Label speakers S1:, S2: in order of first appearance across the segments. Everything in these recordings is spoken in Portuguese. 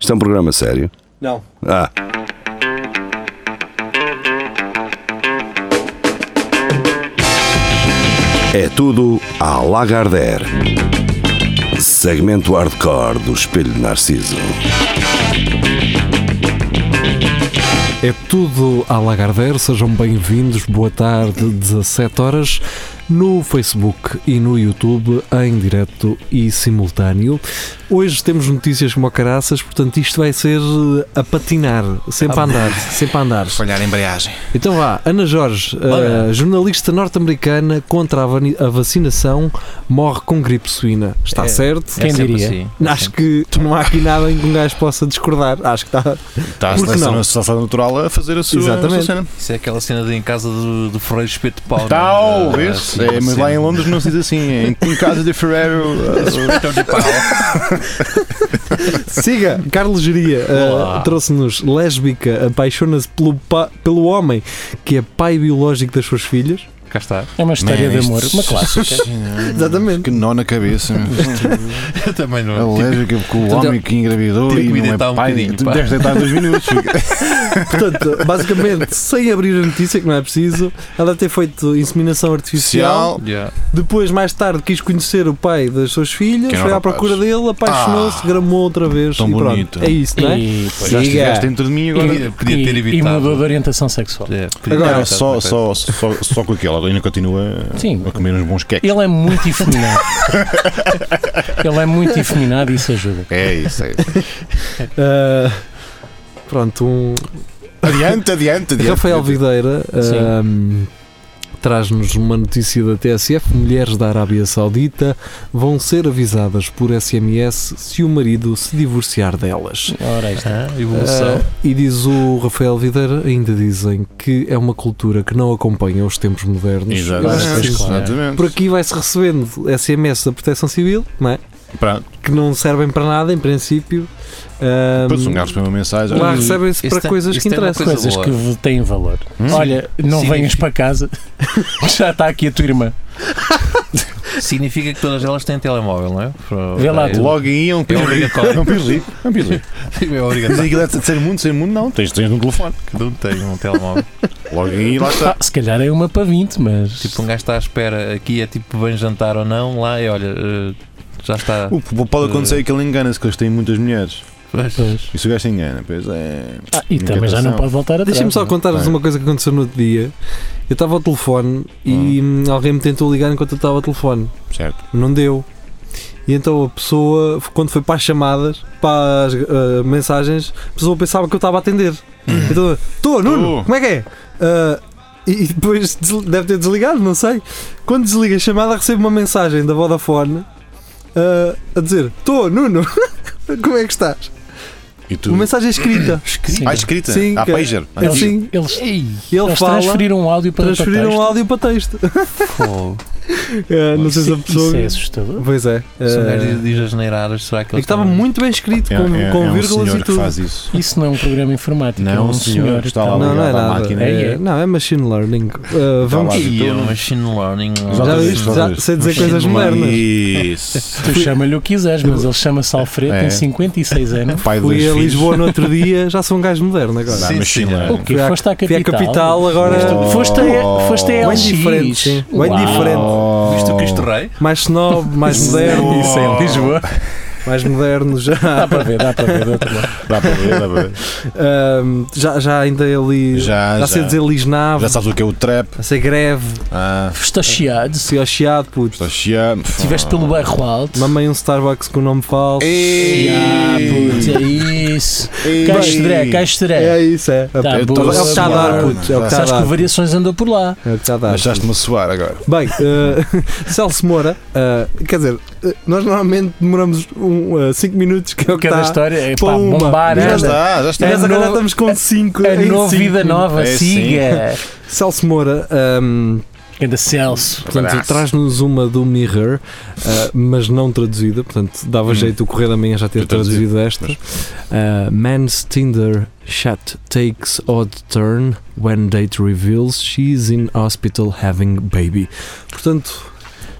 S1: Isto é um programa sério.
S2: Não.
S1: Ah, é tudo à Lagardère. Segmento hardcore do Espelho de Narciso.
S3: É tudo à Lagardère, sejam bem-vindos, boa tarde, 17 horas, no Facebook e no YouTube, em direto e simultâneo. Hoje temos notícias como a caraças, portanto isto vai ser eh, a patinar, sempre a andar, sempre a andar.
S4: Falhar a embreagem.
S3: Então vá, Ana Jorge, eh, jornalista norte-americana contra a vani- a vacinação, morre com gripe suína. Está
S5: É.
S3: certo?
S5: Quem
S4: é sempre
S5: diria?
S4: Assim.
S3: Acho que tu não há aqui nada em que um gajo possa discordar. Acho que está.
S4: Tá,
S6: Está a
S3: Por que não?
S6: seleção, a seleção natural a fazer a sua,
S3: Exatamente.
S6: a sua cena.
S4: Isso é aquela cena de em casa do, do Ferreiro Espeto de Pau. não é? Ah,
S6: Talvez,
S4: sim,
S6: é, mas
S4: sim.
S6: lá em Londres não se diz assim. é Em, em casa de Ferrero. uh,
S4: Então, de pau.
S3: Siga, Carlos Geria eh,
S4: Olá.
S3: trouxe-nos lésbica, apaixona-se pelo, pa- pelo homem que é pai biológico das suas filhas.
S4: Cá está.
S5: É uma história
S6: Man,
S5: de amor,
S6: isto-
S5: uma clássica.
S3: Exatamente.
S6: que nó na cabeça.
S4: Eu também não.
S6: Alérgica porque É o
S4: Portanto,
S6: homem que engravidou
S4: tive
S6: e
S4: é- que me
S6: não é
S4: deitar um
S6: pai.
S4: bocadinho,
S6: Tu
S4: pá.
S6: Deves deitar dois minutos.
S3: Portanto, basicamente, sem abrir a notícia, que não é preciso, ela ter feito inseminação artificial.
S6: Oficial.
S4: Yeah.
S3: Depois, mais tarde, quis conhecer o pai das suas filhas,
S6: Que era
S3: foi à
S6: um rapaz.
S3: procura dele, apaixonou-se,
S6: Ah,
S3: gramou outra vez
S6: tão
S3: e pronto.
S6: bonito.
S3: É isso, não é?
S5: E, pois,
S6: Já
S3: Siga.
S6: estiveste dentro de mim agora.
S4: E- podia ter
S5: e- e
S4: evitado.
S5: mudou de orientação sexual.
S4: É, podia ter
S6: Agora,
S4: evitado,
S6: só,
S4: não é?
S6: só, só, só com aquilo, ainda continua
S5: Sim.
S6: a comer uns bons queques.
S5: Ele é muito efeminado. Ele é muito efeminado e isso ajuda.
S6: É isso, é isso.
S3: Ah, pronto, um,
S6: Adiante, adiante, adiante.
S3: Rafael Videira ahm, traz-nos uma notícia da TSF: mulheres da Arábia Saudita vão ser avisadas por SMS se o marido se divorciar delas.
S5: Ora, aí está.
S4: Ah, evolução.
S3: Ah, e diz o Rafael Videira, ainda dizem que é uma cultura que não acompanha os tempos modernos.
S6: Exato.
S3: Eu acho que
S5: Exato.
S3: sim.
S6: Exatamente.
S3: Por aqui vai-se recebendo SMS da Proteção Civil, não é?
S6: Pronto,
S3: que não servem para nada, em princípio. Ahm,
S6: depois um gajo recebeu uma mensagem.
S3: lá
S5: E
S3: recebem-se
S4: isso
S3: para
S4: tem-
S3: coisas
S4: isso
S3: que
S4: tem uma
S3: interessam.
S4: coisa
S5: Coisas
S4: boa.
S5: que v- têm valor. Olha, não
S4: Significa-
S5: venhas para casa, já está aqui a tua irmã.
S4: Significa que todas elas têm telemóvel, não é? Pro-
S5: Vê lá
S4: é,
S5: tu.
S6: Logo aí é um
S4: É
S6: pirulito.
S4: obrigatório.
S6: É um pirulito. É um pirulito.
S4: É
S6: Mas
S4: obrigatório.
S6: aquilo é de ser mundo, ser mundo, não. Tens, tens um telefone.
S4: Cada um tem um telemóvel.
S6: Logo aí, lá está.
S5: Ah, se calhar é uma para 20, mas.
S4: Tipo, um gajo está à espera. Aqui é tipo, bem jantar ou não. Lá é, olha, eh, já está.
S6: O que pode acontecer é que ele engana-se, que eles têm muitas mulheres.
S5: Pois.
S6: E se o gajo se engana, pois é.
S5: Ah, e também já não
S6: Inquietação.
S5: pode voltar atrás.
S3: Ah, Deixa-me só
S5: não é?
S3: contar-vos
S6: Vai.
S3: uma coisa que aconteceu no outro dia. Eu estava ao telefone e hum, alguém me tentou ligar enquanto eu estava ao telefone.
S6: Certo.
S3: Não deu. E então a pessoa, quando foi para as chamadas, para as ah, mensagens, a pessoa pensava que eu estava a atender. Então, estou, Nuno,
S6: Hum. Tô.
S3: como é que é? Ah, e e depois des- deve ter desligado, não sei. Quando desliga a chamada, recebo uma mensagem da Vodafone ah, a dizer: Estou, Nuno, como é que estás?
S6: E tu.
S3: Uma mensagem escrita.
S5: Sim.
S6: Ah, escrita.
S3: Sim, é
S6: ah,
S3: cara.
S6: pager. Ah,
S5: Eles,
S3: Sim.
S5: eles,
S3: Ele
S5: eles
S3: fala.
S5: transferiram um áudio para
S3: Transferiram
S5: para
S3: o áudio para texto.
S4: Fogo.
S3: É, não sei se a
S5: texto. Isso
S3: pessoa.
S5: é assustador.
S3: Pois é.
S4: Se um gajo
S3: É,
S4: diz- diz as neiradas, será que
S3: que
S4: eles
S3: estava
S4: estão-
S3: muito bem escrito,
S6: É,
S3: com,
S6: é,
S3: com
S6: é um
S3: vírgulas
S6: senhor
S3: e
S6: que
S3: tudo.
S6: faz isso.
S5: Isso não é um programa informático.
S6: Não,
S5: é um
S6: senhor,
S5: senhor.
S6: está lá
S5: que
S3: Não, não é
S6: Obrigado à
S3: nada.
S6: máquina.
S3: É,
S5: É.
S3: não, é machine learning. Uh, vamos.
S6: lá.
S4: E é
S6: Tudo.
S4: um machine learning.
S3: Já
S6: Já Outra
S3: viste?
S6: vez,
S3: Já
S6: outra
S3: sei dizer
S4: vez.
S3: coisas
S4: Machine learning.
S3: modernas.
S6: Isso.
S5: Tu chama-lhe o que quiseres, mas ele chama-se Alfredo,
S6: É.
S5: tem 56 anos.
S6: Pai de
S3: Fui a
S6: dois filhos.
S3: Lisboa no outro dia, já sou um gajo moderno agora.
S6: Dá
S4: Sim,
S6: machine
S4: sim.
S6: learning.
S5: O quê?
S3: Fui à-
S5: Foste à
S3: Fui
S5: capital.
S3: à capital, agora
S6: Oh.
S5: Foste a, foste a
S6: Bem
S5: LX.
S3: diferente, sim. Bem
S5: Uau.
S3: É diferente.
S6: Oh.
S4: Viste o Cristo Rei?
S3: mais snob, mais
S6: Sim.
S3: moderno,
S5: Isso é em Lisboa.
S3: mais moderno já.
S6: Tá
S5: Dá para ver, dá para ver. do outro lado.
S6: Dá para ver, dá para ver.
S3: Ahm, já, já ainda é ali.
S6: Já,
S3: já sei
S6: já.
S3: dizer lisnave,
S6: Já sabes o que é o trap.
S3: já sei greve,
S6: Ah,
S5: Estacheado.
S3: sei ao chiado, puto.
S6: estou chiado.
S5: Estiveste pelo bairro alto.
S3: Mamei um Starbucks com o nome falso.
S6: Ei!
S5: Ah, putz, é isso.
S6: Ei!
S5: Caixa de dré, caixa de dré.
S3: É isso, é.
S5: Tá
S3: é o
S5: bom.
S3: que está a dar, puto. É o que está a
S5: Sabes
S3: dar.
S5: que tá variações andou por lá.
S3: É o que está a dar.
S6: Deixaste-me a suar agora.
S3: Bem, eh, Celso Moura, eh, quer dizer, eh, nós normalmente demoramos 5 minutos, que é o que
S5: Cada
S3: está.
S5: história é pá,
S3: Pumba.
S5: bombar.
S3: Já
S5: anda.
S6: está, já está.
S3: Nós
S5: É
S3: agora
S5: novo-
S3: estamos com 5.
S5: A nova vida nova,
S6: É,
S5: siga.
S3: Celso Moura ehm,
S5: Ainda Celso.
S3: portanto, traz-nos uma do Mirror, eh, mas não traduzida. Portanto, dava
S5: Hum.
S3: jeito o Correio da Manhã já ter
S6: Eu traduzi,
S3: traduzido esta. Eh, man's Tinder chat takes odd turn when date reveals she's in hospital having baby. Portanto,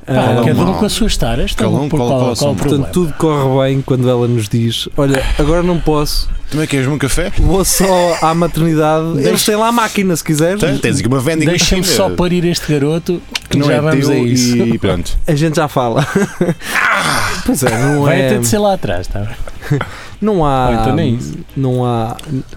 S5: Pá,
S3: Ah,
S5: cada um
S6: mal.
S5: com as suas taras,
S6: Cada
S5: então,
S6: um
S5: por
S6: cola
S5: qual,
S6: com a
S5: qual,
S6: sua.
S5: o problema?
S3: Portanto, tudo corre bem quando ela nos diz: Olha, agora não posso,
S6: Também queres um café?
S3: vou só à maternidade. Eles têm lá a máquina se quiseres.
S6: Tem- Tens aqui uma
S3: É
S6: vending
S5: Deixa-me
S6: machine,
S5: só parir este garoto
S6: que não
S5: já
S6: é
S5: vamos a
S6: teu
S5: isso.
S6: e pronto.
S3: A gente já fala. pois é, não
S5: Ah! Vai
S3: é.
S5: até de ser lá atrás, tá?
S3: Não há.
S5: Ou então nem isso.
S3: Não há.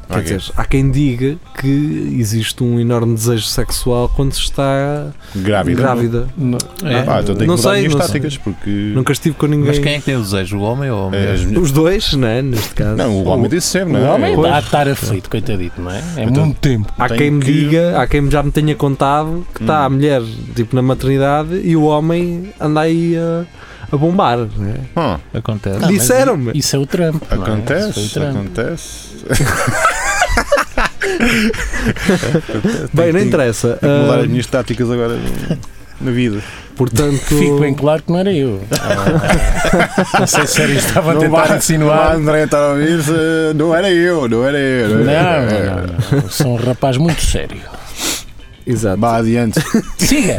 S3: Quer
S6: Ok.
S3: dizer, há quem diga que existe um enorme desejo sexual quando se está
S6: Grávida.
S3: grávida.
S5: Não,
S4: É.
S6: Ah, então tenho
S3: Não
S6: que mudar
S3: sei,
S6: as minhas
S3: não
S6: táticas porque. eh,
S3: Nunca estive com
S4: Mas
S3: ninguém.
S4: quem é que tem o desejo? O homem ou a mulher?
S6: as minhas-
S3: Os dois, né? Neste caso.
S6: Não, o homem disse sempre, não é?
S5: o Um homem
S6: Eu-
S5: está a estar aflito, coitadito, não é? É
S6: Então-
S5: muito tempo.
S3: Há
S6: Tenho
S3: quem me
S6: que- Hum.
S3: diga, há quem me já me tenha contado que está a mulher tipo na maternidade e o homem anda aí a, a bombar. né?
S6: Ah,
S4: Acontece.
S5: Ah, mas
S3: Disseram-me.
S5: Isso é o Trump. não é?
S6: acontece,
S5: Isso foi o Trump.
S6: acontece.
S3: Bem, não
S6: que-
S3: interessa.
S6: Tenho que mudar as
S3: Ah,
S6: minhas táticas agora na vida.
S3: portanto,
S5: Que Fique bem claro que não era eu. Ah, não sei se era isto, estava a
S6: Não
S5: tentar
S6: vá-
S5: insinuar.
S6: não vá, André estar a ouvir, se- eh, não era eu, não era eu.
S5: Não,
S6: Não, era eu.
S5: não, não, não. Sou um rapaz muito sério.
S3: exato.
S6: Vá adiante.
S5: Siga!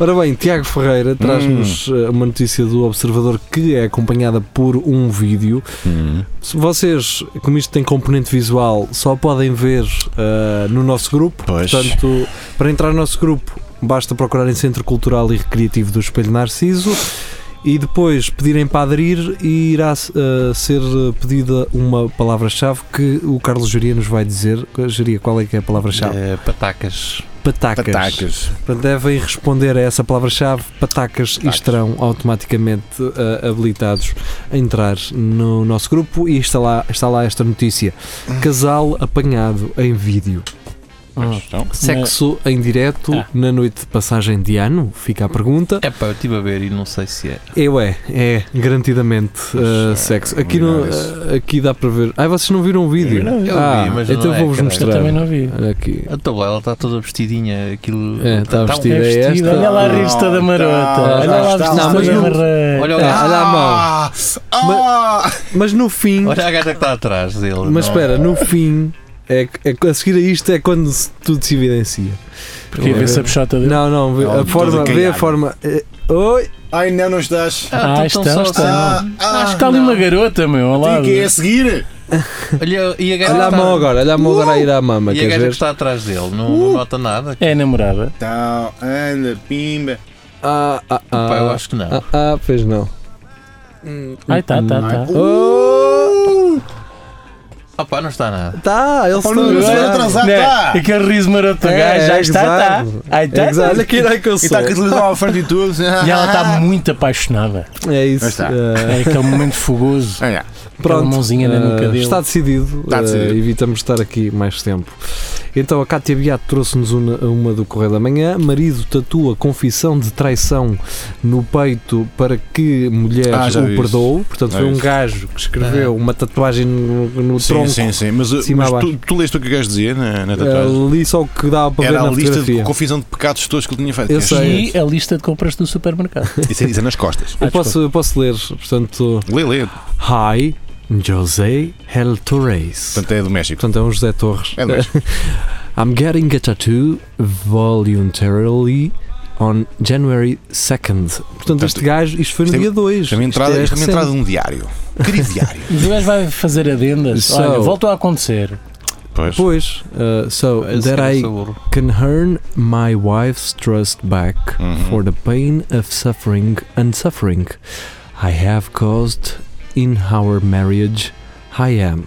S3: Ora bem, Tiago Ferreira traz-nos
S6: Hum.
S3: eh, uma notícia do Observador que é acompanhada por um vídeo. Se vocês, como isto tem componente visual, só podem ver eh, no nosso grupo.
S6: Pois.
S3: Portanto, para entrar no nosso grupo, basta procurarem Centro Cultural e Recreativo do Espelho Narciso e depois pedirem para aderir e irá eh, ser eh, pedida uma palavra-chave que o Carlos Juria nos vai dizer. Juria, qual é que é a palavra-chave?
S4: É, patacas.
S3: Patacas.
S6: Patacas.
S3: Portanto, devem responder a essa palavra-chave patacas e estarão automaticamente ah, habilitados a entrar no nosso grupo e está lá, está lá esta notícia. Casal apanhado em vídeo. Ah,
S6: Então,
S3: sexo em direto
S5: Ah.
S3: na noite de passagem de ano? Fica a pergunta.
S4: É pá, eu estive a ver e não sei se é.
S3: Eu é, é, garantidamente ah, sexo. Aqui, no,
S6: obrigado, isso.
S3: ah, aqui dá para ver. Ai, vocês não viram o vídeo?
S6: Eu não,
S4: eu
S3: ah,
S4: vi, mas
S3: então
S4: não é,
S3: vou-vos
S4: caralho.
S5: Eu
S3: mostrar.
S5: também não vi.
S3: Olha aqui.
S4: A tabela Então, ela está toda vestidinha, aquilo.
S3: É, está
S4: um-
S3: vestida.
S5: É
S3: é
S5: vestido,
S3: esta.
S5: Olha lá a revista
S6: Não,
S5: da marota.
S6: tá,
S5: olha lá a
S6: tá,
S5: revista
S3: não, mas
S5: da
S3: não-
S5: marota.
S4: Olha,
S3: É,
S4: o gajo-
S3: olha a mão.
S6: Ah! Ah!
S3: Mas no fim.
S4: olha a gaja que está atrás dele.
S3: Mas
S4: não.
S3: espera, no fim, é, é- a seguir a isto é quando se- tudo se evidencia.
S5: Porque
S3: Eu-
S5: vê-se a puxota dele.
S3: Não, não, vê
S6: Ela
S3: a
S6: toda
S3: forma, vê a
S6: caiada.
S3: forma. é, Oi!
S6: Ai, não, não estás.
S4: Ah,
S5: Ah,
S4: estão
S5: está,
S4: só
S3: Tá
S5: está.
S4: assim,
S6: Ah, ah,
S5: Acho que está ali uma garota, meu. ao
S6: Tem
S5: lado.
S6: que ir a seguir.
S4: Ah, Olha, e a gaja,
S3: Olha a
S4: que,
S3: mão
S4: está,
S3: agora, olha a mão agora a ir à mama,
S4: e a
S3: queres
S4: gaja que
S3: é ver? Uh!
S4: está atrás dele. Não, não nota nada.
S5: É a namorada.
S6: Então, anda, pimba.
S3: Ah, ah, ah.
S4: Pá, eu acho que não.
S3: Ah, ah, pois não.
S5: Ai, tá, tá, tá.
S3: Oh!
S4: Ah, pá, não está nada.
S3: Tá, eles
S6: Pá, não, não
S3: estão
S6: sei atrasar.
S5: Né?
S6: tá.
S5: Aquele riso maroto do
S3: É,
S5: gajo.
S3: é,
S5: Ai, está, tá.
S3: exato.
S5: Ai, tá, tá.
S3: É, Exato, Olha que irá que eu
S6: E tá
S3: sou.
S6: está com a televisão à frente e tudo.
S5: E ela
S3: tá
S6: Ah.
S5: está muito apaixonada.
S3: É
S6: Aí
S3: isso.
S6: está.
S3: ah,
S5: É aquele momento fogoso.
S6: Olha,
S3: Pronto,
S5: Aquela mãozinha na
S3: eh,
S5: nuca dele.
S3: Está decidido.
S6: Está
S3: eh,
S6: decidido.
S3: evitamos estar aqui mais tempo. Então a Cátia Beato trouxe-nos uma, uma do Correio da Manhã. Marido tatua confissão de traição no peito para que mulher
S6: Ah, já vi
S3: o
S6: isso.
S3: perdoou. Portanto,
S6: Já
S3: foi
S6: vi
S3: um
S6: isso.
S3: gajo que escreveu
S5: Ah.
S3: uma tatuagem no, no
S6: sim,
S3: tronco.
S6: sim, sim. Mas, uh,
S3: Cima
S6: mas
S3: abaixo.
S6: tu, tu leste o que o gajo dizia na, na tatuagem?
S3: Eh, li só o que dava para ver
S6: Era
S3: na
S6: a lista de
S3: fotografia.
S6: confissão de pecados todos que ele tinha feito.
S3: Eu
S6: Tinha-
S3: sei.
S5: E a lista de compras do supermercado.
S6: Isso é, isso é nas costas.
S5: Ah,
S3: Eu posso, eu posso ler, portanto,
S6: Lê, lê.
S3: Hi, José El Torres.
S6: Portanto, é do México.
S3: Portanto, é um José Torres.
S6: É do México.
S3: I'm getting a tattoo voluntarily on January 2nd. Portanto, este gajo, isto foi no
S6: Isto é-
S3: dia 2.
S6: Também
S3: Isto
S6: entrada,
S3: é
S6: também
S3: recente.
S6: entrada de um diário. Querido diário.
S5: Mas o gajo vai fazer adendas.
S3: So-
S5: Olha, voltou a acontecer.
S6: Pois.
S3: Pois, uh, so
S4: Esse
S3: that
S4: cara
S3: I
S4: sou burro.
S3: can earn my wife's trust back
S6: Uhum.
S3: for the pain of suffering and suffering I have caused in our marriage. I am.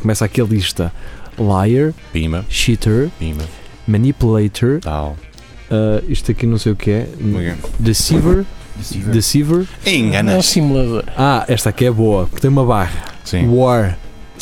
S3: Começa aqui a lista: liar,
S6: Pima,
S3: cheater,
S6: pima,
S3: manipulator.
S6: tal.
S3: uh, isto aqui não sei o que é. Deceiver, deceiver.
S5: É um
S6: Enganas.
S5: simulador.
S3: Ah, esta aqui é boa, porque tem uma barra.
S6: Sim.
S3: War